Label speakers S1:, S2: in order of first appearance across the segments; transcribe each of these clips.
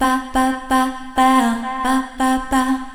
S1: ba ba ba ba ba ba ba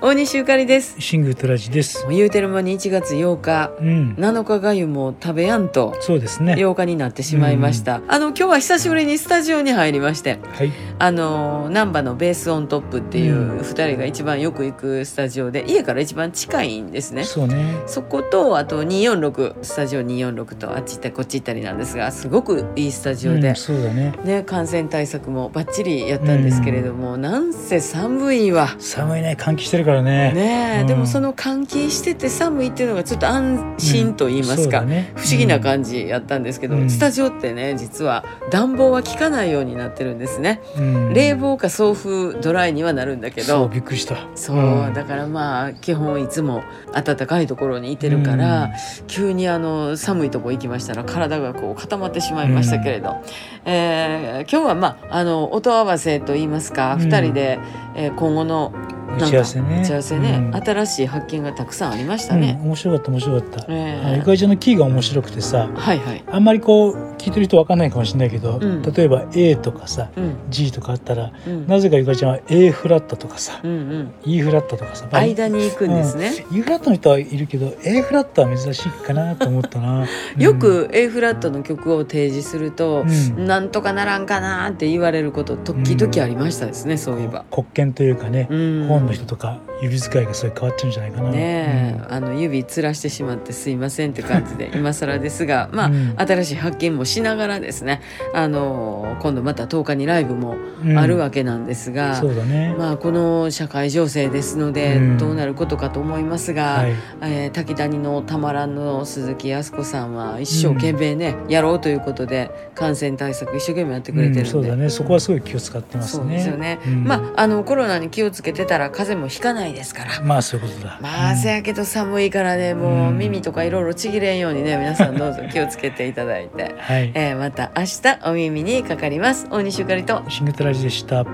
S2: 大西ゆかりです
S3: シングトラジです
S2: も。う言うてる間に1月8日
S3: うん、
S2: 7日がゆも食べやんと
S3: そうですね。
S2: 8日になってしまいました、あの今日は久しぶりにスタジオに入りまして
S3: はい、
S2: あの難波のベースオントップっていううん2人が一番よく行くスタジオで家から一番近いんですね
S3: そうね。
S2: そことあと246スタジオ246とあっち行ったりこっち行ったりなんですがすごくいいスタジオ
S3: う
S2: で
S3: ん、、そうだね。
S2: ね、感染対策もバッチリやったんですけれども、なんせ寒いわ。
S3: 寒いね、換気してるからね。
S2: ねえ、
S3: うん
S2: でもその換気してて寒いっていうのがちょっと安心と言いますか、
S3: そうだね
S2: 不思議な感じやったんですけど、
S3: うん
S2: スタジオってね実は暖房は効かないようになってるんですね、
S3: うん
S2: 冷房か送風ドライにはなるんだけ
S3: そう、
S2: ど
S3: びっくりした。
S2: そう、
S3: うん
S2: だからまあ基本いつも暖かいところにいてるから、急にあの寒いとこ行きましたら体がこう固まってしまいましたけれど、えー今日はまああの音合わせと言いますか、
S3: うん
S2: 二人で、えー今後の
S3: うん打ち合わせね。
S2: 打ち合わせね、
S3: うん
S2: 新しい発見がたくさんありました
S3: う
S2: ね。
S3: ん面白かった、面白かった。
S2: え
S3: あゆ
S2: え
S3: かりちゃんのキーが面白くてさ、
S2: はいはい。
S3: あんまりこう聞いてる人わかんないかもしれないけど、
S2: うん
S3: 例えば A とかさ、
S2: うん、
S3: G とかあったら、
S2: うん、
S3: なぜかゆかりちゃんは A フラットとかさ、
S2: うんうん、
S3: E フラットとかさ、まあ
S2: 間に行くんですね。
S3: E フラットの人はいるけど、A フラットは珍しいかなと思ったな。
S2: よく A フラットの曲を提示すると
S3: うん、、うん
S2: なんとかならんかなって言われること時々ありましたですね、そういえば。
S3: こう国権というかね、
S2: うん、
S3: 本の人とか指使いがそれ変わってるんじゃないかな。
S2: ねえ、あの指つらしてしまってすいませんって感じ で今更ですがまあ、
S3: うん
S2: 新しい発見もしながらですねあの今度また10日にライブも
S3: うん
S2: あるわけなんですが、
S3: そうだね。
S2: まあ、この社会情勢ですので、
S3: うん
S2: どうなることかと思いますが、
S3: はい、
S2: えー滝谷のたまらんの鈴木靖子さんは一生懸命ね、やろうということで感染対策一生懸命やってくれて
S3: うん
S2: る
S3: そ
S2: ん
S3: う
S2: で。
S3: だね。そこはすごい気を使ってます
S2: そ
S3: ね。
S2: うですよね、
S3: うん
S2: まああのコロナに気をつけてたら風邪もひかないですから
S3: まあそういうことだ。、
S2: まあせやけど寒いからねもう耳とかいろいろちぎれんようにね皆さんどうぞ気をつけていただいて
S3: はい。
S2: えーまた明日お耳にかかります大西ゆかりと
S3: シングルトラジでした。